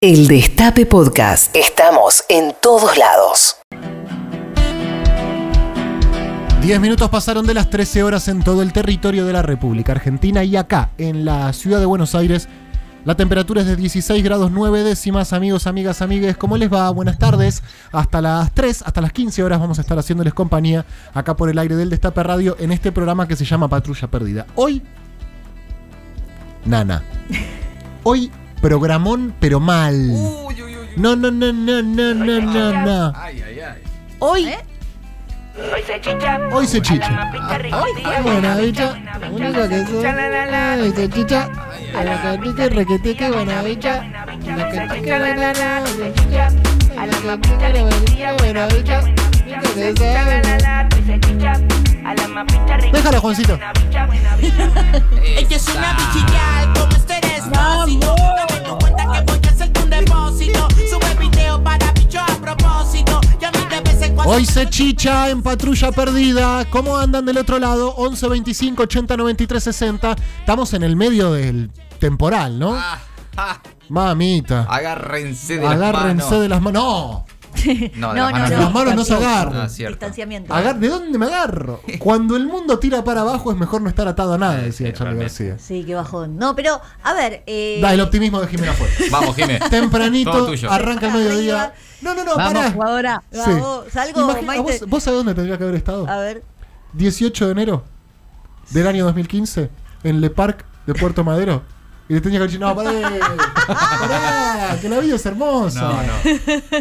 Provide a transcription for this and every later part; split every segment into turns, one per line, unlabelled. El Destape Podcast. Estamos en todos lados.
10 minutos pasaron de las 13 horas en todo el territorio de la República Argentina y acá, en la ciudad de Buenos Aires, la temperatura es de 16 grados 9 décimas. Amigos, amigas, amigues, ¿cómo les va? Buenas tardes. Hasta las 3, hasta las 15 horas vamos a estar haciéndoles compañía acá por el aire del Destape Radio en este programa que se llama Patrulla Perdida. Hoy, Nana. Hoy, programón, pero mal.
Uy, uy, uy. uy.
No, no, no, no, no, no, no, no.
Ay, ay, ay. ¿Eh?
Hoy,
Hoy se chicha.
hoy se chicha.
Hoy
Buena bicha, la única que soy. Ay, se chicha. A la carnita requeteca, buena bicha. La carnita banana, se chicha. A la carnita requeteca, buena bicha. Mira que soy. Déjala, Juancito.
Ella es una bichilla como este despacito Dame cuenta que voy a hacerte un depósito Sube video para bicho a propósito Y a mí de vez en cuando
Hoy se chicha en patrulla perdida. ¿Cómo andan del otro lado? 11, 25, 80, 93, 60. Estamos en el medio del temporal, ¿no?
Ah, ah.
Mamita.
Agárrense de
Agárrense de las manos. ¡No!
No, de
No,
las manos
no,
Las
no.
manos no se
no.
agarran.
Ah, cierto.
Distanciamiento.
Agar- ¿De dónde me agarro? Cuando el mundo tira para abajo es mejor no estar atado a nada, decía
sí,
Charlie
realmente.
García.
Sí, qué bajón. No, pero, a ver. Eh,
Da, el optimismo de Jimena Fuerte.
Vamos, Jimé. Todo
Tempranito,
tuyo.
arranca el mediodía.
Arriba.
No, no, no, pará.
jugadora.
Sí.
Salgo,
Imagina-
Maite.
¿vos, ¿Vos sabés dónde tendría que haber estado?
A ver.
18 de enero del año 2015, en Le Parc de Puerto Madero. Y le tenía que decir, no, pará, pará, que la vida es hermosa.
No, no.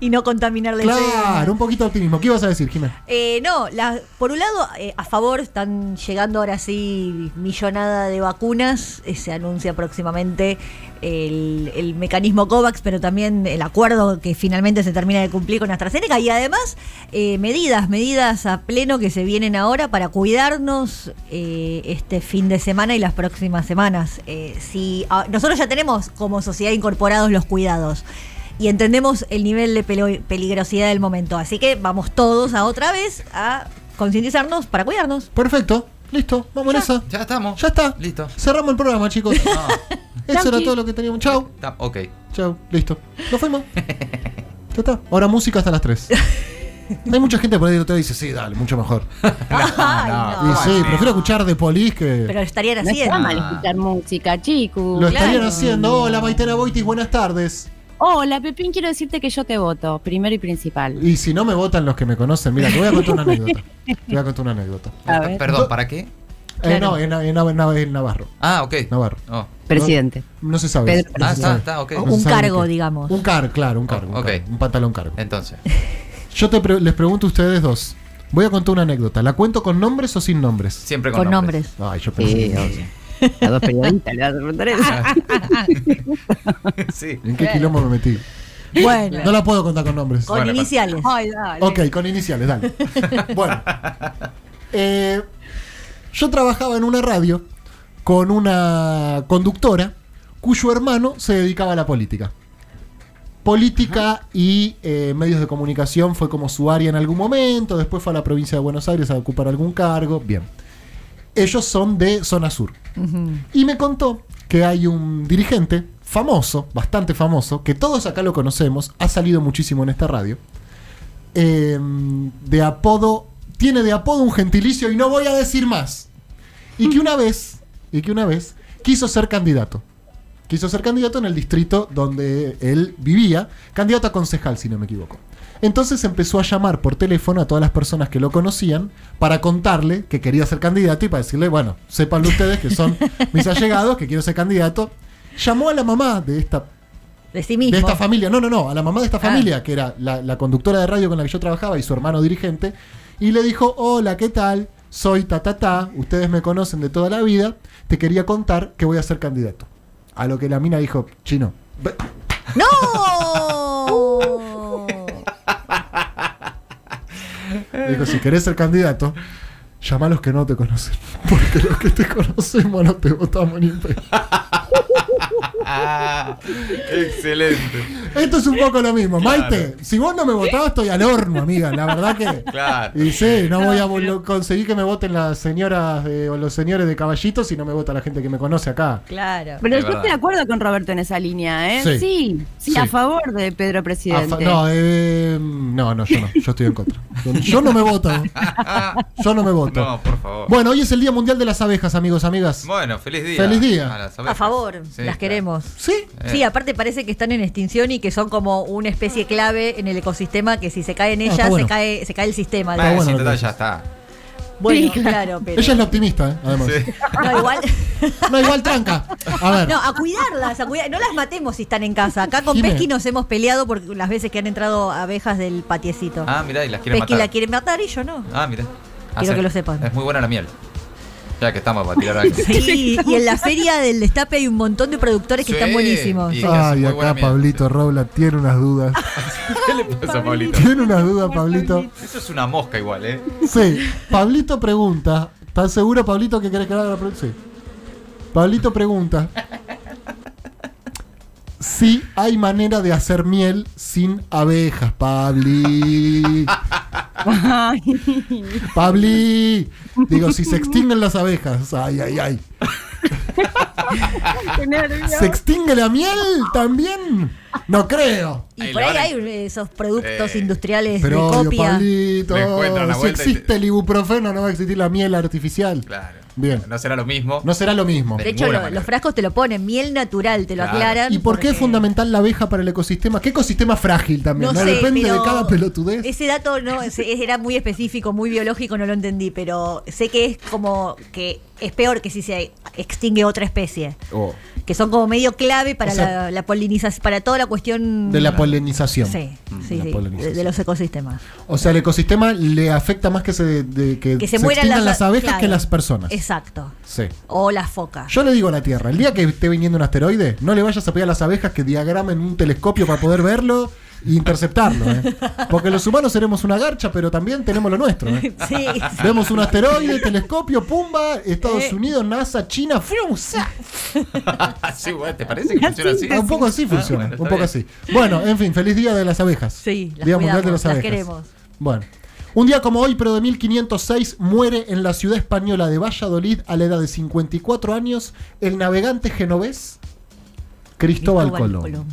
Y no contaminar la
Claro,
escena.
un poquito de optimismo. ¿Qué ibas a decir, Jimena?
Eh, no, la- por un lado, eh, a favor, están llegando ahora sí millonada de vacunas. Eh, se anuncia próximamente el, el mecanismo COVAX, pero también el acuerdo que finalmente se termina de cumplir con AstraZeneca. Y además, eh, medidas, medidas a pleno que se vienen ahora para cuidarnos eh, este fin de semana y las próximas semanas. Eh, si, ah, nosotros ya tenemos como sociedad incorporados los cuidados y entendemos el nivel de pelo- peligrosidad del momento. Así que vamos todos a otra vez a concientizarnos para cuidarnos.
Perfecto, listo, vamos en esa.
Ya estamos.
Ya está.
Listo.
Cerramos el programa, chicos. Eso era todo lo que teníamos. Chau.
Ta- ok.
Chau, listo. Nos fuimos. Ya está. Ahora música hasta las 3. Hay mucha gente por ahí que te dice, sí, dale, mucho mejor.
Ah, no.
Ay,
Y
no.
sí, prefiero escuchar de Polis que.
Pero lo estarían
No está
haciendo.
mal
Ah.
escuchar música, chicos.
lo estarían haciendo. Hola, Maitena Boitis, buenas tardes.
Hola, Pepín, quiero decirte que yo te voto, primero y principal.
Y si no me votan los que me conocen, mira, te voy a contar una anécdota. Te voy a contar una anécdota.
A ver,
Perdón, ¿para qué?
Eh, no, en, en- en- en Navarro.
Ah, ok.
Navarro.
Oh.
presidente.
No se sabe.
Pedro
no se
Ah, está,
sabe.
está, ok.
No
Un
se sabe
cargo,
qué.
digamos.
Un cargo, claro, un cargo.
Oh,
un,
ok.
cargo, un pantalón cargo.
Entonces.
Yo te pre- les pregunto a ustedes dos. Voy a contar una anécdota. ¿La cuento con nombres o sin nombres?
Siempre con,
Con nombres.
Ay, yo pensé.
Sí, obvio. Ah, Las dos periodistas le vas a preguntar eso.
sí.
¿En qué quilombo me metí?
Bueno,
No la puedo contar con nombres.
con
Bueno,
iniciales.
Ay, dale.
Ok, con iniciales, dale. bueno. Eh, yo trabajaba en una radio con una conductora cuyo hermano se dedicaba a la política. Política y eh, medios de comunicación fue como su área en algún momento, después fue a la provincia de Buenos Aires a ocupar algún cargo, bien. Ellos son de Zona Sur. Y me contó que hay un dirigente famoso, bastante famoso, que todos acá lo conocemos, ha salido muchísimo en esta radio, eh, de apodo, tiene de apodo un gentilicio y no voy a decir más. Y que una vez, y que una vez, quiso ser candidato. Quiso ser candidato en el distrito donde él vivía, candidato a concejal, si no me equivoco. Entonces empezó a llamar por teléfono a todas las personas que lo conocían para contarle que quería ser candidato y para decirle, bueno, sépanlo ustedes que son mis allegados, que quiero ser candidato. Llamó a la mamá de esta
De sí mismo.
de esta familia, no, no, no, a la mamá de esta familia, que era la, la conductora de radio con la que yo trabajaba y su hermano dirigente, y le dijo, hola, ¿qué tal? Soy ta, ta, ta, ustedes me conocen de toda la vida, te quería contar que voy a ser candidato. A lo que la mina dijo, chino, ve-
¡No!
le dijo, si querés ser candidato, llama a los que no te conocen, porque los que te conocemos no te votamos ni en pedo".
Excelente.
Esto es un poco lo mismo.
Claro.
Maite, si vos no me votabas, estoy al horno, amiga. La verdad que.
Claro.
Y sí, no voy a vol- conseguir que me voten las señoras de- o los señores de caballitos si no me vota la gente que me conoce acá.
Claro.
Pero
Es
yo estoy de
verdad.
acuerdo con Roberto en esa línea, ¿eh?
Sí.
Sí, sí,
Sí.
a favor de Pedro
Ah,
Presidente.
fa- no, eh, no, no, yo no. Yo estoy en contra. Yo no me voto.
Ah,
Yo no me voto.
No, por favor.
Bueno, hoy es el Día Mundial de las Abejas, amigos, amigas.
Bueno, feliz día.
Feliz día.
las
A
abejas.
favor,
Sí,
las
claro.
queremos.
¿Sí?
Eh.
Sí, aparte parece que están en extinción y que son como una especie clave en el ecosistema que si se caen
está
ellas,
bueno.
se cae, se cae el sistema.
Bueno,
bueno
Ah, sí,
lo
total,
que
ya está.
Bueno,
Sí,
claro, pero.
Ella es la optimista, ¿eh? además.
Sí.
No, igual.
No, igual tranca. A ver.
No, a cuidarlas, a cuidar, no las matemos si están en casa. Acá con
Jime.
Pesky nos hemos peleado por las veces que han entrado abejas del patiecito.
Ah, mirá, y las quieren
Pesky
matar.
la quiere matar y yo no.
Ah, mirá.
Quiero que lo sepan.
Es muy buena la miel. Ya que estamos para tirar algo.
Sí, y en la feria del destape hay un montón de productores que
Sí,
están buenísimos.
y-
Ay,
Muy buena
acá
mierda.
Pablito Robla tiene unas dudas.
¿Qué le pasa, Pablito?
Tiene unas dudas, Pablito.
Eso es una mosca igual, ¿eh?
Sí, Pablito pregunta. ¿Estás seguro, Pablito, que querés que haga la pregunta? Sí. Pablito pregunta. Si hay manera de hacer miel sin abejas, Pabli.
Ay,
Pabli. Digo, si se extinguen las abejas. Ay, ay, ay.
qué nervios.
¿Se extingue la miel también? No creo.
Y
Ahí
por
lo
ahí
van a-
hay eh, esos productos
Sí.
industriales
Pero
de
obvio,
copia.
Pablito.
Le encuentran la
Si
vuelta y
existe
te-
el ibuprofeno, no va a existir la miel artificial.
Claro.
Bien.
No será lo mismo.
No será lo mismo.
De hecho,
ninguna
lo-
manera.
los frascos te lo ponen, miel natural, te lo
Claro.
aclaran.
¿Y por qué es
porque-
fundamental la abeja para el ecosistema? ¿Qué ecosistema frágil también?
No,
¿no?
sé,
Depende de
pero
cada pelotudez.
Ese dato no ese- era muy específico, muy biológico, no lo entendí, pero sé que es como que es peor que si se extingue otra especie,
Oh.
que son como medio clave para
O sea,
la, la polinización, para toda la cuestión
De la polinización.
Sí,
Mm,
sí,
La
sí,
polinización.
de, de los ecosistemas.
O sea, el ecosistema le afecta más que se, de- que
Que
se
se, mueran
extingan las, abejas
claro.
que las personas.
Exacto.
Sí.
O las focas.
Yo le digo a la Tierra, el día que esté viniendo un asteroide, no le vayas a pedir a las abejas que diagramen un telescopio para poder verlo e interceptarlo. ¿eh? Porque los humanos seremos una garcha, pero también tenemos lo nuestro. ¿eh?
Sí.
Vemos un asteroide, telescopio, pumba, Estados
Eh.
Unidos, NASA, China, ¡fiu! ¡sa!
sí, güey, ¿te parece que funciona así?
Un poco así
Ah,
funciona,
bueno, está
un poco
bien.
así. Bueno, en fin, feliz día de las abejas.
Sí, las
Día
cuidamos,
mundial de las
las
abejas.
queremos.
Bueno. Un día como hoy, pero de 1506, muere en la ciudad española de Valladolid, a la edad de 54 años, el navegante genovés Cristóbal,
Cristóbal
Colón.
Colón.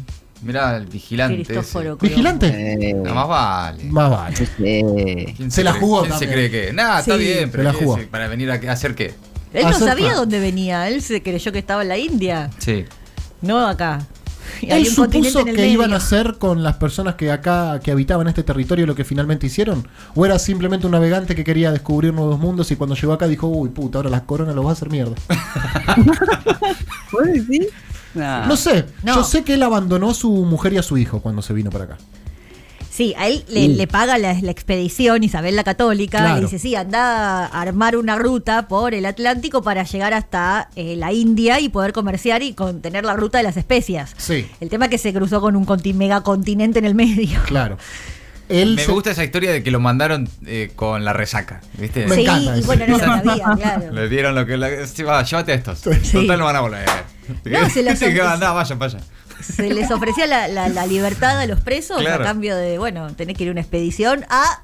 Mirá, el vigilante. ese.
Cristóforo Colón.
¿Vigilante?
Eh,
Nada más vale.
Más vale.
eh,
¿Quién
Se la
cree-
jugó
¿Quién se
también.
cree que? Nada, está
Sí.
bien,
Se
pero
la
¿qué
jugó.
es? para venir a hacer qué?
Él no
Acerca.
sabía dónde venía, él se creyó que estaba en la India,
Sí.
no acá. Y
Él
había un continente
supuso
en el
que iban a
medio.
hacer con las personas que acá, que habitaban este territorio, lo que finalmente hicieron. ¿O era simplemente un navegante que quería descubrir nuevos mundos y cuando llegó acá dijo, uy, puta, ahora las coronas los va a hacer mierda?
¿Vos decís?
nah.
No sé,
No.
yo sé que él abandonó a su mujer y a su hijo cuando se vino para acá.
Sí, a él le, le paga la, la expedición Isabel la Católica.
Mm. Claro.
Le dice, sí, anda a armar una ruta por el Atlántico para llegar hasta eh, la India y poder comerciar y con- tener la ruta de las especias.
Sí.
El tema es que se cruzó con un conti- megacontinente en el medio.
Claro. Él
Me
se-
gusta esa historia de que lo mandaron eh, con la resaca, ¿viste?
Me
sí,
encanta
y
eso.
bueno, no lo sabía, claro.
Le dieron lo que. La, sí, va, llévate a estos. Total, no van a volver.
No, se las-
Dice que andá, vayan, vayan.
Se les ofrecía la, la- la libertad a los presos
Claro.
a cambio de, bueno, tenés que ir a una expedición a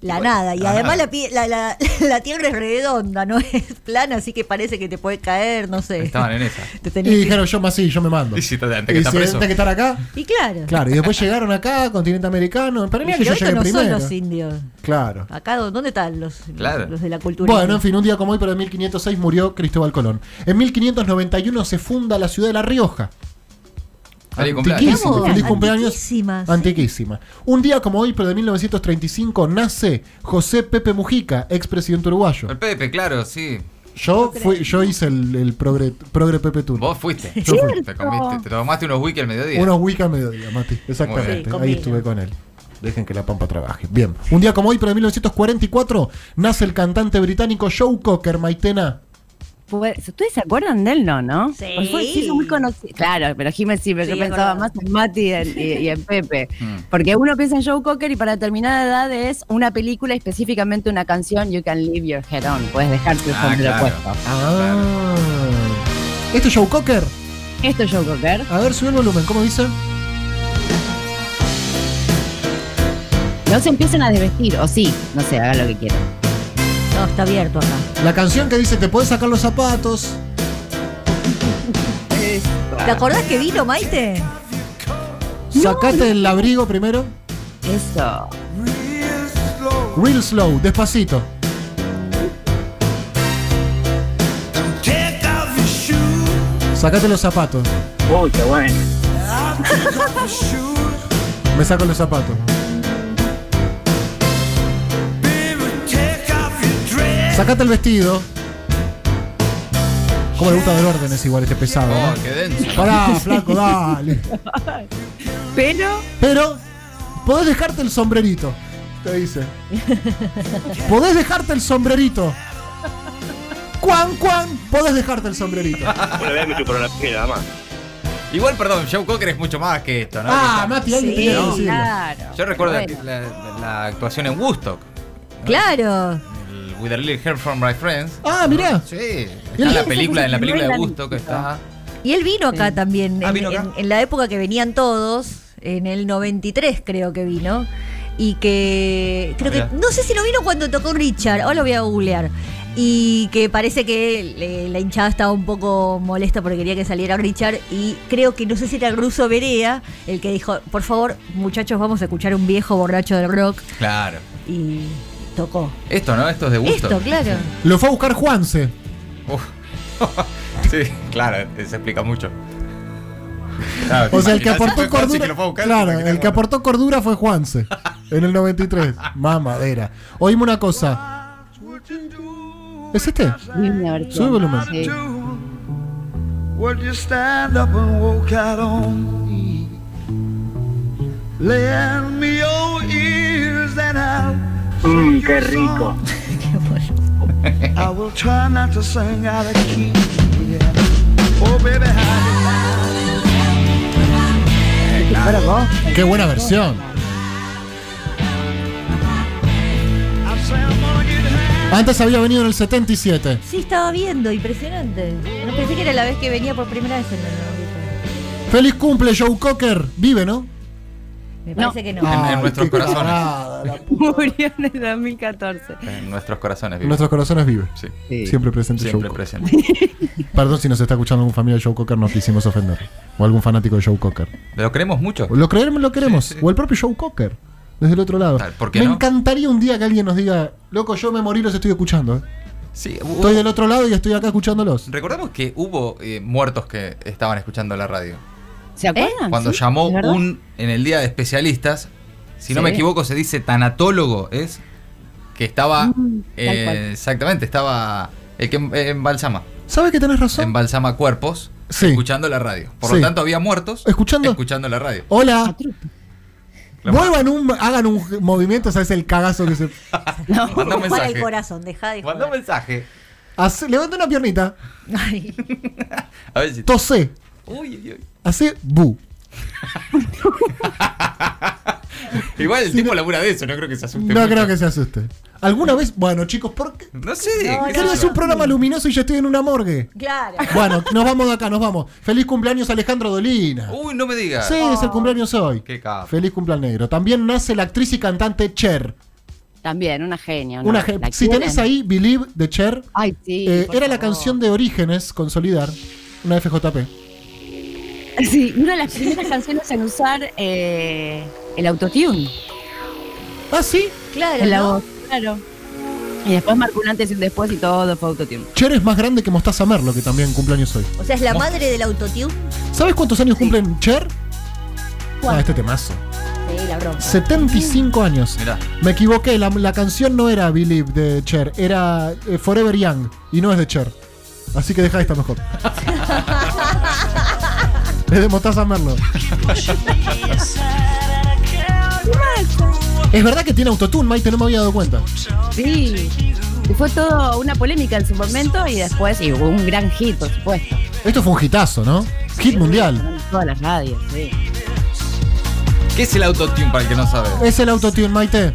la nada. Y
ajá.
además la, pi- la, la- la tierra es redonda, no es plana, así que parece que te puede caer, no sé.
Estaban en esa.
Te
Y
tenés que-
dijeron, yo más sí, yo me mando.
Y si está- antes que está
si
preso.
antes que estar acá.
Y claro.
Claro, y después llegaron acá, continente americano. Pero mira que yo
Pero estos
llegué
no son
primero.
los indios.
Claro.
Acá, ¿dó- ¿dónde están los,
Claro.
los de la cultura?
Bueno, en fin, un día como hoy, pero en 1506 murió Cristóbal Colón. En 1591 se funda la ciudad de La Rioja.
Feliz cumpleaños.
Antiquísimo,
Mirá vos,
feliz cumpleaños.
antiquísima, sí.
Antiquísima. Un día como hoy, pero de 1935, nace José Pepe Mujica, expresidente uruguayo.
El Pepe, claro, sí.
Yo fui, yo hice el, el progre, progre Pepe Tour.
Vos fuiste.
Yo fui.
Te comiste, te tomaste unos wiki al mediodía.
Unos wiki al mediodía, Mati. Exactamente.
Muy bien.
Ahí
Sí,
estuve con él. Dejen que la pampa trabaje. Bien. Un día como hoy, pero en 1944, nace el cantante británico Joe Cocker, Maitena.
Pues, ¿Ustedes se acuerdan de él? No, ¿no?
Sí.
Porque fue- se hizo muy conocido. Claro, pero Jiménez sí, pero
Sí,
yo
es
pensaba
verdad.
más en Mati y en, y- y en Pepe.
Mm.
Porque uno piensa en Joe Cocker y para determinada edad es una película, y específicamente una canción, You Can Leave Your Head On. Puedes dejarte el
Ah,
sombrero
claro.
puesto.
¿Esto es Este Joe Cocker?
Esto es Joe Cocker.
A ver, sube el volumen, ¿cómo dice?
No se empiecen a desvestir, o sí, no sé, haga lo que quieran.
No, está abierto acá.
La canción que dice, te podés sacar los zapatos.
¿Te
Ah.
acordás que vino, Maite?
Sacate el abrigo primero.
Eso.
Real slow, despacito. Sacate los zapatos.
Uy, qué bueno.
Me saco los zapatos. Sacate el vestido. Cómo le gusta dar órdenes igual este pesado,
Oh,
¿no?
qué denso.
Pará, flaco, dale.
Pero.
Pero podés dejarte el sombrerito, te dice. Podés dejarte el sombrerito. Cuan, cuan, podés dejarte el sombrerito.
Una vez me chuparon la piel, nada más.
Igual, perdón, Joe Cocker es mucho más que esto, ¿no?
Ah,
Que está-
Mati, alguien
Sí,
tenía que decirlo.
claro.
Yo recuerdo
Bueno.
la, la- la actuación en Woodstock.
Claro.
el With a Little Help from My Friends.
Ah, mirá.
Sí, está
Él-
en la película, en la película de
Bailan
Woodstock está.
Y él vino acá también,
Ah,
en,
vino acá.
en- en la época que venían todos, en el 93 creo que vino, y que creo
Ah, Mirá.
que, no sé si no vino cuando tocó Richard, ahora lo voy a googlear, y que parece que le- la hinchada estaba un poco molesta porque quería que saliera Richard, y creo que no sé si era Gruso Berea el que dijo, por favor muchachos vamos a escuchar a un viejo borracho del rock,
Claro.
y tocó.
Esto, ¿no? Esto es de Woodstock.
Esto, claro.
Lo fue a buscar Juanse.
Uf. sí, claro, eh, se explica mucho. Claro,
O sea, el que
imaginás,
aportó
fue Juanse que
cordura.
lo fue a buscar,
claro,
porque
el que
tenía-
aportó cordura fue Juanse. En el 93. Mamadera. Oíme una cosa. ¿Es este?
Linda versión.
Sube el volumen.
Sí.
Would you stand up and walk out on me? Lend me your ears and I,
Mmm, qué rico.
I will try not to sing out of key. Yeah. Oh, baby, how
Qué buena versión.
you- I say I'm gonna get high.
Antes había venido en el 77.
Sí, estaba viendo, impresionante. No pensé que era la vez que venía por primera vez en el 93.
Feliz cumple, Joe Cocker. Vive, ¿no?
Me
No.
parece que
En-
no.
en
Ay,
nuestros
qué
corazones.
cagada, la puta.
Murió en el 2014.
En nuestros corazones,
En
vive.
nuestros corazones vive.
Sí,
Siempre presente
siempre
Joe Cocker.
presente.
Perdón si nos está escuchando algún familia de Joe Cocker, nos quisimos ofender. O algún fanático de Joe Cocker.
Lo queremos mucho.
Lo creemos, lo queremos. O el propio Joe Cocker. Desde el otro lado.
Tal, ¿por qué
me
no?
encantaría un día que alguien nos diga, loco, yo me morí, los estoy escuchando. eh.
Sí,
Estoy
hubo-
del otro lado y estoy acá escuchándolos.
recordamos que hubo eh, muertos que estaban escuchando la radio. Eh,
¿Se acuerdan?
Cuando
Sí,
llamó
¿es verdad?
un en el día de especialistas, si no
Sí.
me equivoco se dice tanatólogo, es que estaba
Mm, tal
eh,
cual.
exactamente, estaba el que em- eh, embalsama,
¿Sabes que tenés razón?
embalsama cuerpos
Sí.
escuchando la radio. Por
Sí.
lo tanto había muertos
Escuchando.
escuchando la radio.
Ah,
Hola.
Claro.
Vuelvan un, hagan un movimiento, ¿sabes? El cagazo que se.
Manda un
Para el
mensaje.
corazón, deja de
Mandá un
joder.
mensaje.
Hace- levanta una piernita,
Ay,
A ver si
tosé,
Uy, uy, uy.
hace bu.
Igual el tipo labura de eso, no creo que se asuste.
No
mucho.
creo que se asuste. ¿Alguna vez? Bueno, chicos, ¿por qué?
No sé.
No,
qué
¿Qué
sé
no,
es
yo.
un programa luminoso y yo estoy en una morgue?
claro.
Bueno, nos vamos de acá, nos vamos. Feliz cumpleaños Alejandro Dolina.
Uy, no me digas.
Sí,
Oh.
es el cumpleaños hoy.
Uh, Qué capo.
Feliz cumpleaños negro. También nace la actriz y cantante Cher.
También, una genia. ¿no?
Una gen-
¿La
si
quieren?
tenés ahí Believe de Cher,
Ay, sí.
eh,
por
era la
favor.
canción de Orígenes, Consolidar, una FJP.
Sí, una de las primeras canciones en usar eh, el autotune.
Ah, sí.
Claro,
En la
¿no?
voz, claro. Y después marcó un antes y un después y todo fue autotune.
Cher es más grande que Mostaza Merlo, que también cumpleaños hoy.
O sea, es la madre del autotune.
¿Sabes cuántos años cumplen Cher? Ah, este temazo.
Sí, la broma.
75 años.
Mirá.
Me equivoqué, la, la canción no era Believe de Cher, era eh, Forever Young y no es de Cher. Así que deja esta mejor. es de Mostaza Merlo. es verdad que tiene autotune, Maite, no me había dado cuenta.
Sí. Y fue todo una polémica en su momento y después, y hubo un gran hit, por supuesto.
Esto fue un hitazo, ¿no? Hit
Mm.
mundial.
En todas las radios, sí.
¿Qué es el autotune para el que no sabe?
Es el autotune, Maite.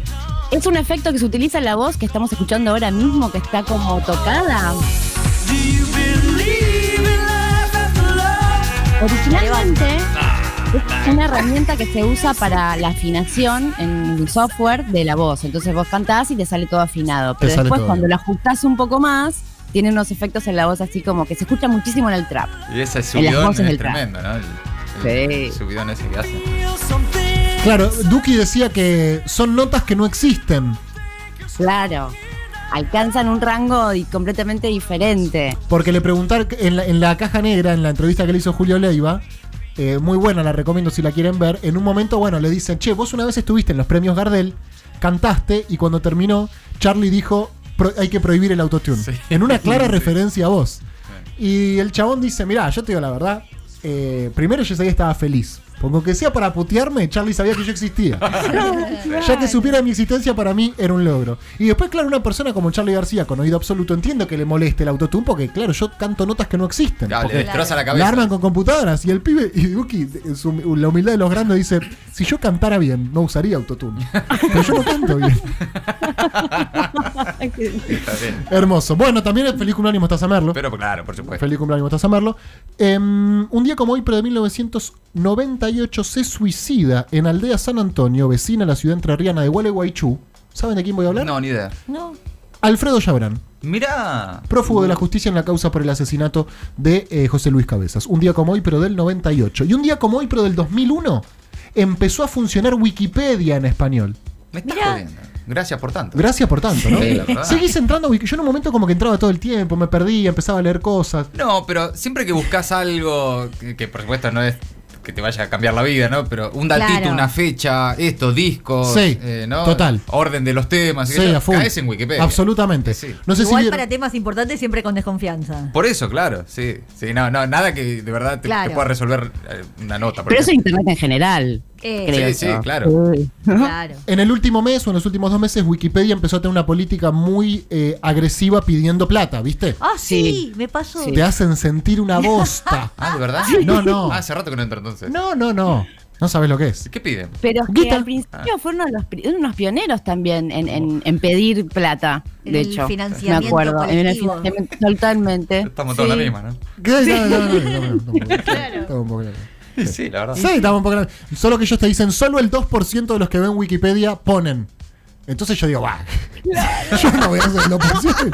Es un efecto que se utiliza en la voz que estamos escuchando ahora mismo, que está como tocada.
Do you believe in life after love?
Originalmente es una herramienta que se usa para la afinación en el software de la voz. Entonces vos cantás y te sale todo afinado.
Te
Pero
sale
después
todo
cuando
bien.
lo ajustás un poco más, tiene unos efectos en la voz así como que se escucha muchísimo en el trap.
Y ese
En las
subidón
voces
es
del trap.
tremendo, ¿no? El, el
Sí.
subidón ese que hace.
Claro, Duki decía que son notas que no existen.
Claro. Alcanzan un rango di- completamente diferente.
Porque le preguntar en la, en la caja negra, en la entrevista que le hizo Julio Leiva, eh, muy buena, la recomiendo si la quieren ver. En un momento, bueno, le dicen, che, vos una vez estuviste en los premios Gardel, cantaste y cuando terminó, Charlie dijo, "Pro- hay que prohibir el autotune.
Sí.
En una clara
Sí.
referencia a vos. Y el chabón dice, mirá, yo te digo la verdad, eh, primero yo sabía que estaba feliz. Porque que sea para putearme, Charlie sabía que yo existía. Ya que supiera mi existencia para mí era un logro. Y después, claro, una persona como Charlie García con oído absoluto entiendo que le moleste el autotune porque, claro, yo canto notas que no existen.
Claro, le
Porque
destroza la
la
cabeza.
arman con computadoras y el pibe y Duki, en su- la humildad de los grandes, dice: Si yo cantara bien, no usaría autotune. Pero yo no canto bien.
Está bien.
Hermoso. Bueno, también es feliz cumpleaños, Mostaza Merlo.
Pero claro, por supuesto.
Feliz cumpleaños, Mostaza Merlo. Em, un día como hoy, pero de 1998, se suicida en Aldea San Antonio, vecina a la ciudad entrerriana de Gualeguaychú. ¿Saben de quién voy a hablar?
No, ni idea.
Alfredo Chabrán.
Mirá.
prófugo de la justicia en la causa por el asesinato de eh, José Luis Cabezas. Un día como hoy, pero del 98. Y un día como hoy, pero del 2001, empezó a funcionar Wikipedia en español.
Me estás
Mirá.
jodiendo. Gracias por tanto.
Gracias por tanto, ¿no?
Sí, la verdad.
Seguís entrando a Wikipedia. Yo en un momento como que entraba todo el tiempo, me perdía, empezaba a leer cosas.
No, pero siempre que buscas algo que, que, por supuesto no es que te vaya a cambiar la vida, ¿no? Pero un datito,
Claro.
una fecha, esto, discos,
Sí,
eh, ¿no?
total.
Orden de los temas, y
Sí,
eso,
a full.
caes en Wikipedia.
Absolutamente.
Sí.
No sé
Igual
si
para
vieron-
temas importantes siempre con desconfianza.
Por eso, claro, sí. Sí, no, no, nada que de verdad te, te
Claro.
pueda resolver eh, una nota. por
Pero eso es
ejemplo.
internet en general.
Eh,
creo
Sí, sí,
yo.
claro.
Sí.
Claro.
En el último mes o en los últimos dos meses, Wikipedia empezó a tener una política muy eh, agresiva pidiendo plata, ¿viste?
Ah, sí,
Sí.
me pasó.
Te hacen sentir una bosta.
Ah, ¿de verdad?
No, no.
Ah, hace rato que no entro entonces.
No, no, no. No sabes lo que es.
¿Qué piden?
Pero es que
Guita.
al principio
Ah.
fueron unos, pri- unos pioneros también en, en- en pedir plata,
En
de
el
hecho.
financiamiento
me acuerdo. En el
colectivo.
financiamiento- totalmente.
Estamos todos en
Sí.
la misma, ¿no?
¿Qué? No, no, no, no, no, no, no, estamos un poco lejos.
Sí, la verdad.
Sí, estamos un poco lejos. Solo que ellos te dicen, solo el 2% de los que ven Wikipedia ponen. Entonces yo digo, va. Yo no voy a hacer lo posible.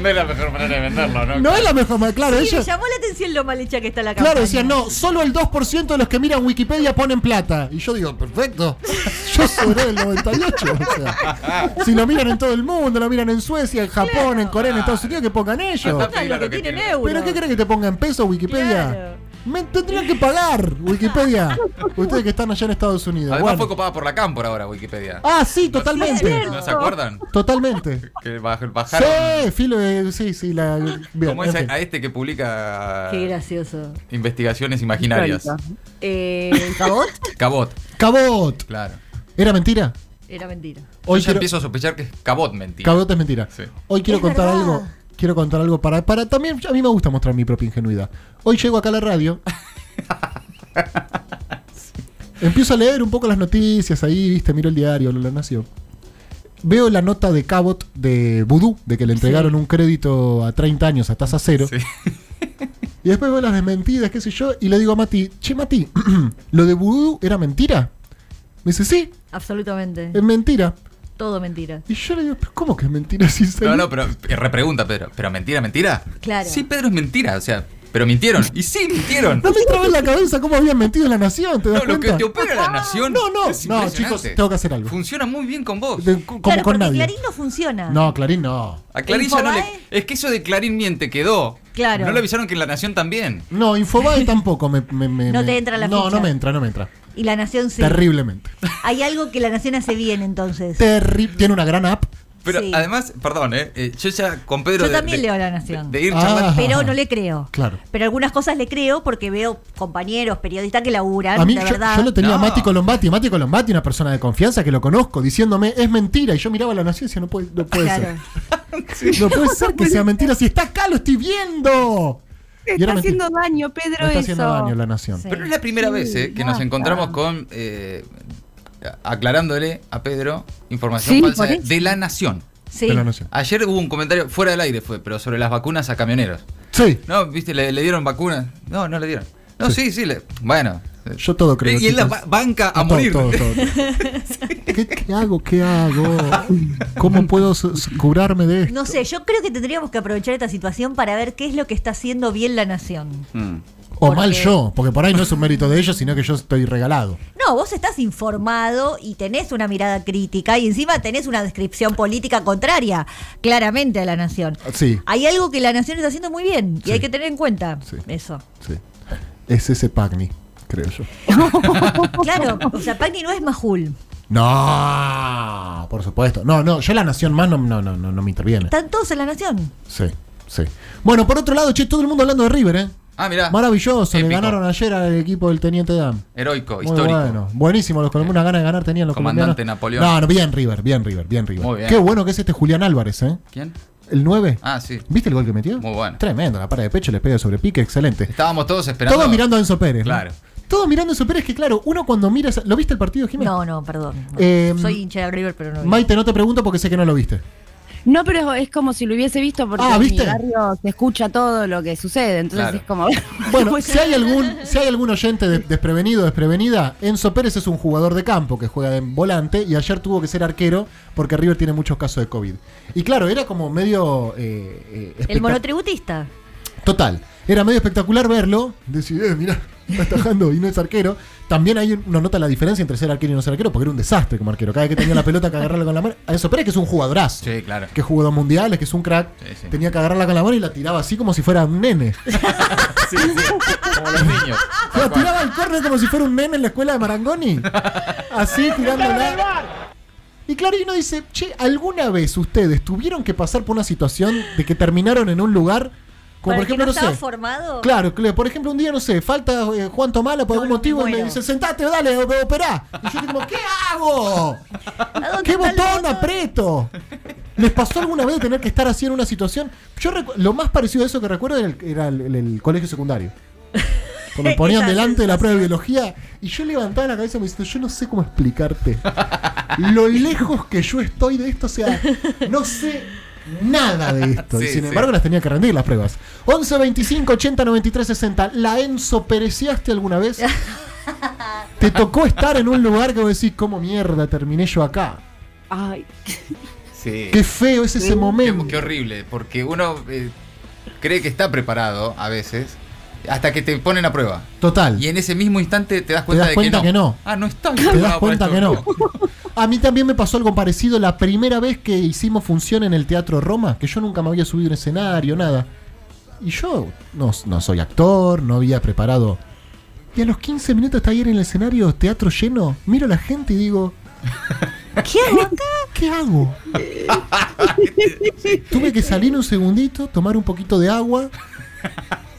No es la mejor manera de venderlo, ¿no?
No es la mejor manera. Claro,
Sí, me
ellos.
llamó la atención lo mal hecha que está la campaña.
Claro, decían, no, solo el 2% de los que miran Wikipedia ponen plata. Y yo digo, perfecto. Yo soy del 98. o sea. si lo miran en todo el mundo, lo miran en Suecia, en Japón, en Corea, en Estados Unidos, que pongan ellos.
Total, lo que tienen
Pero
euros.
¿Pero qué crees que te ponga en peso Wikipedia?
Claro.
Me tendrían que pagar Wikipedia. Ustedes que están allá en Estados Unidos.
Además
Bueno.
fue copada por la cámpora ahora, Wikipedia.
Ah, sí,
cierto.
totalmente.
¿No se acuerdan?
Totalmente.
Que baj- bajaron.
Sí, filo, eh, sí, sí, la. bien,
Como
en
es
fin.
a este que publica
Qué gracioso.
investigaciones imaginarias.
Eh, ¿Cabot?
Cabot,
Cabot.
claro.
¿Era mentira?
Era mentira.
Hoy
Yo ya
quiero-
empiezo a sospechar que es Cabot mentira.
Cabot es mentira.
Sí.
Hoy quiero
Es
contar
verdad.
algo. Quiero contar algo para, para. También a mí me gusta mostrar mi propia ingenuidad. Hoy llego acá a la radio. Empiezo a leer un poco las noticias ahí, viste, miro el diario, La Nación. Veo la nota de Cabot de Vudú, de que le entregaron un crédito a 30 años a tasa cero.
Sí.
Y después veo las desmentidas, qué sé yo, y le digo a Mati, che Mati, ¿lo de Vudú era mentira? Me dice, sí,
Absolutamente.
es mentira.
Todo mentira.
Y yo le digo, "¿Pero ¿cómo que es mentira? Si
No,
salió
no, pero eh, repregunta, Pedro. ¿Pero mentira, mentira?
Claro.
Sí, Pedro es mentira, o sea, pero mintieron. Y sí, mintieron.
No me entraba en la cabeza cómo habían mentido en la nación, ¿te das
No, lo que
cuenta?
te opera la nación.
No, no,
es
no,
impresionante.
chicos, tengo que hacer algo.
Funciona muy bien con vos.
De- como
claro,
con
porque
nadie.
Clarín no funciona.
No, Clarín no.
A Clarín ya no le.
Infobae.
Es que eso de Clarín miente quedó.
Claro.
No le avisaron que en la nación también.
No, Infobae tampoco me, me- me-
No
me-
te entra la
No,
ficha.
no me entra, no me entra.
Y la nación sí.
Terriblemente.
Hay algo que la nación hace bien entonces.
Terri- Tiene una gran app.
Pero
Sí.
además, perdón, eh, eh, yo ya con Pedro.
Yo
de-
también
de-
leo La Nación.
De, de ir
Ah.
charlando.
Pero no le creo.
Claro.
Pero algunas cosas le creo porque veo compañeros, periodistas que laburan,
A mí,
Ah, la
yo,
verdad.
yo lo tenía a
No.
Mati Colombati. Mati Colombati, una persona de confianza que lo conozco, diciéndome, es mentira. Y yo miraba la nación y decía, no puede, no puede
Claro.
ser. No puede ser que sea mentira. Si está acá, lo estoy viendo.
Te
Y era
está haciendo
mentira.
daño, Pedro,
No está
eso.
haciendo daño la nación.
Sí.
Pero es la primera
Este, Sí,
vez eh, que nos
basta.
encontramos con eh, aclarándole a Pedro información
Sí,
falsa
por eso.
de la nación.
Sí.
De la nación.
Ayer hubo un comentario fuera del aire fue, pero sobre las vacunas a camioneros.
Sí,
No, viste, le, le dieron vacunas. No, no le dieron. No, sí, sí, le, bueno.
yo todo creo.
y él la
chicos.
ba- banca a
Todo,
morir.
todo, todo. ¿Qué, qué hago? ¿Qué hago? ¿Cómo puedo su- su- curarme de esto?
No sé, yo creo que tendríamos que aprovechar esta situación para ver qué es lo que está haciendo bien la nación.
Mm.
O mal
porque-
yo, porque por ahí no es un mérito de ellos, sino que yo estoy regalado.
No, vos estás informado y tenés una mirada crítica y encima tenés una descripción política contraria, claramente, a la nación.
Ah, Sí,
Hay algo que la nación está haciendo muy bien y
Sí.
hay que tener en cuenta
Sí.
eso.
sí. Es ese Pagni, creo yo.
Claro, o sea, Pagni no es Majul.
No, por supuesto. No, no, yo la nación más no, no, no, no, no me interviene.
Están todos en la nación.
Sí, sí. Bueno, por otro lado, che, todo el mundo hablando de River, ¿eh?
Ah, mirá.
Maravilloso, le
Épico.
ganaron ayer al equipo del Teniente Dan.
Heroico,
Muy
histórico. Eh,
bueno, buenísimo, los colombianos, unas ganas de ganar tenían los
Comandante
colombianos.
Napoleón.
No, no, bien River, bien River, bien River.
Muy bien.
Qué bueno que es este Julián Álvarez, ¿eh?
¿Quién?
El 9.
Ah, sí.
¿Viste el gol que metió?
Muy bueno.
Tremendo, la para de pecho, le pega sobre pique, excelente.
Estábamos todos esperando.
Todos mirando a Enzo Pérez. ¿no?
Claro.
Todos mirando a Enzo Pérez, que claro, uno cuando mira. esa- ¿Lo viste el partido, Jiménez?
No, no, perdón. No.
Eh,
Soy hincha de River, pero no. vi.
Maite, no te pregunto porque sé que no lo viste.
No, pero es como si lo hubiese visto porque
Ah, ¿viste?
en mi barrio se escucha todo lo que sucede, entonces
Claro.
es como...
Bueno, si hay algún, si hay algún oyente de- desprevenido o desprevenida, Enzo Pérez es un jugador de campo que juega de volante y ayer tuvo que ser arquero porque River tiene muchos casos de COVID. Y claro, era como medio eh, eh,
El
espectac-
monotributista.
Total. Era medio espectacular verlo. Decir, eh, mirá, está atajando y no es arquero. También hay uno nota la diferencia entre ser arquero y no ser arquero, porque era un desastre como arquero. Cada vez que tenía la pelota que agarrarla con la mano. A Enzo Pérez, que es un jugadorazo.
Sí, claro.
Que jugó dos mundiales, que es un crack.
Sí, sí.
Tenía que agarrarla con la mano y la tiraba así como si fuera un nene.
Sí, sí. Como los niños.
La tiraba al córner como si fuera un nene en la escuela de Marangoni. Así tirándola. Y claro, y uno dice, che, ¿alguna vez ustedes tuvieron que pasar por una situación de que terminaron en un lugar? Como
Para
por
el que
ejemplo,
no
no,
estaba
sé.
formado.
Claro, cl- por ejemplo, un día, no sé, falta eh, Juan Tomala por
No,
algún
no,
motivo
me
y me
muero.
dice, sentate, dale, o- operá. Y yo como, ¿qué hago?
¿A dónde
¿Qué
está el
botón aprieto? ¿Les pasó alguna vez tener que estar así en una situación? Yo recu- lo más parecido a eso que recuerdo era el, era el- el- el colegio secundario. Cuando me ponían
Esa
delante de la prueba de biología y yo levantaba la cabeza y me decía, yo no sé cómo explicarte. Lo lejos que yo estoy de esto, o sea, no sé nada de esto. y
Sí,
sin
sí.
embargo las tenía que rendir las pruebas. 11, 25, 80, 93, 60. ¿La Enzo pereciaste alguna vez? ¿Te tocó estar en un lugar que vos decís, cómo mierda terminé yo acá?
Ay,
Sí.
Qué feo es ese momento.
Uh, Qué, qué horrible, porque uno eh, cree que está preparado a veces hasta que te ponen a prueba.
Total.
Y en ese mismo instante te das cuenta,
das
de
cuenta
que,
que
no.
no.
Ah, no estás
Te das
preparado para
cuenta
esto.
que no. A mí también me pasó algo parecido la primera vez que hicimos función en el Teatro Roma, que yo nunca me había subido a un escenario, nada. Y yo no, no soy actor, no había preparado. Y a los 15 minutos está ahí en el escenario, teatro lleno, miro a la gente y digo,
¿Qué hago acá?
¿Qué hago? Tuve que salir un segundito, tomar un poquito de agua.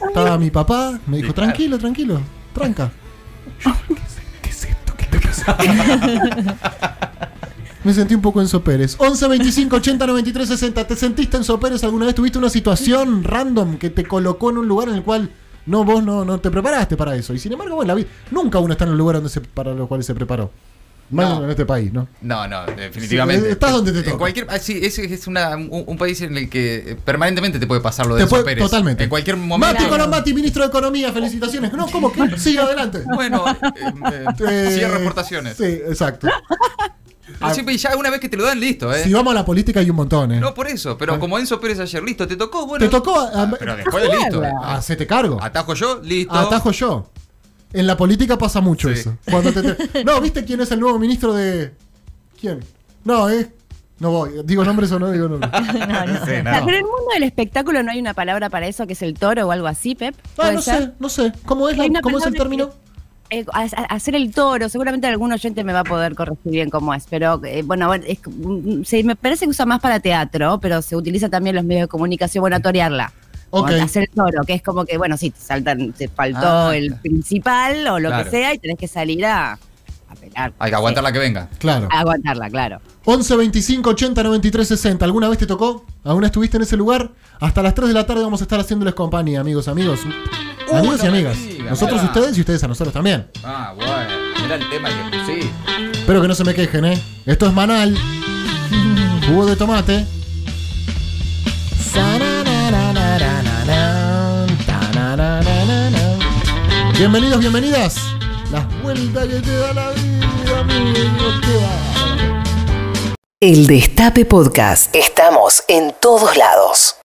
Estaba mi papá, me dijo,
Sí, claro.
tranquilo, tranquilo, tranca. Yo, ¿qué es- ¿Qué es esto? ¿Qué está pasando? Me sentí un poco Enzo Pérez. 11, 25, 80, 93, 60. ¿Te sentiste Enzo Pérez alguna vez? ¿Tuviste una situación random que te colocó en un lugar en el cual no vos no, no te preparaste para eso? Y sin embargo, bueno, la vi- nunca uno está en el lugar donde se, para los cuales se preparó. Más
No.
en este país, ¿no?
No, no, definitivamente.
Sí, estás donde te
En
toca.
Cualquier, ah, sí, ese es una- un, un país en el que eh, permanentemente te puede pasar lo de
Te
Enzo
puede-
Pérez.
Totalmente.
En cualquier momento.
Mati Colombati, ministro de Economía, felicitaciones. No, ¿cómo que? Sigue adelante.
Bueno, eh, eh,
Eh,
cierra exportaciones.
Sí, exacto.
Pero siempre- y ya una vez que te lo dan, listo, ¿eh?
Si vamos a la política hay un montón, ¿eh?
No por eso, pero como Enzo Pérez ayer, listo, te tocó, bueno.
Te tocó a-
Ah, pero después de listo. eh.
Ah, Hacete cargo.
Atajo yo, listo.
Atajo yo. En la política pasa mucho
Sí.
eso. Cuando te- te- No, ¿viste quién es el nuevo ministro de. ¿Quién? No, es. No voy. ¿Digo nombres o no digo nombres? Ah,
Sí, no.
pero en el mundo del espectáculo no hay una palabra para eso que es el toro o algo así, Pep.
Ah,
¿Puede
no
ser?
sé, no sé. ¿Cómo es, la-
Hay una
cómo es el
palabra
término?
Eh, a- a- hacer el toro, seguramente algún oyente me va a poder corregir bien cómo es, pero eh, bueno, bueno, es- mm, sí, me parece que usa más para teatro, pero se utiliza también en los medios de comunicación, bueno, torearla. O
Ok.
Hacer el toro, que es como que, bueno, sí, te saltan, te faltó
Ah,
el
claro.
principal o lo
Claro.
que sea y tenés que salir a, a pelar.
Hay que aguantar la que venga.
Claro.
A aguantarla, claro.
11 25 80 93 60. ¿Alguna vez te tocó? ¿Alguna estuviste en ese lugar? Hasta las 3 de la tarde vamos a estar haciéndoles compañía, amigos, amigos. amigos y
no me
amigas.
digas,
nosotros a
mirá.
ustedes y ustedes a nosotros también.
Ah, bueno. Era el tema que pusiste.
Espero que no se me quejen, ¿eh? Esto es Manal. Jugo de tomate. Sararararararara. Bienvenidos, bienvenidas. Las vueltas que te da la vida, amigo, qué bárbaro.
El Destape Podcast. Estamos en todos lados.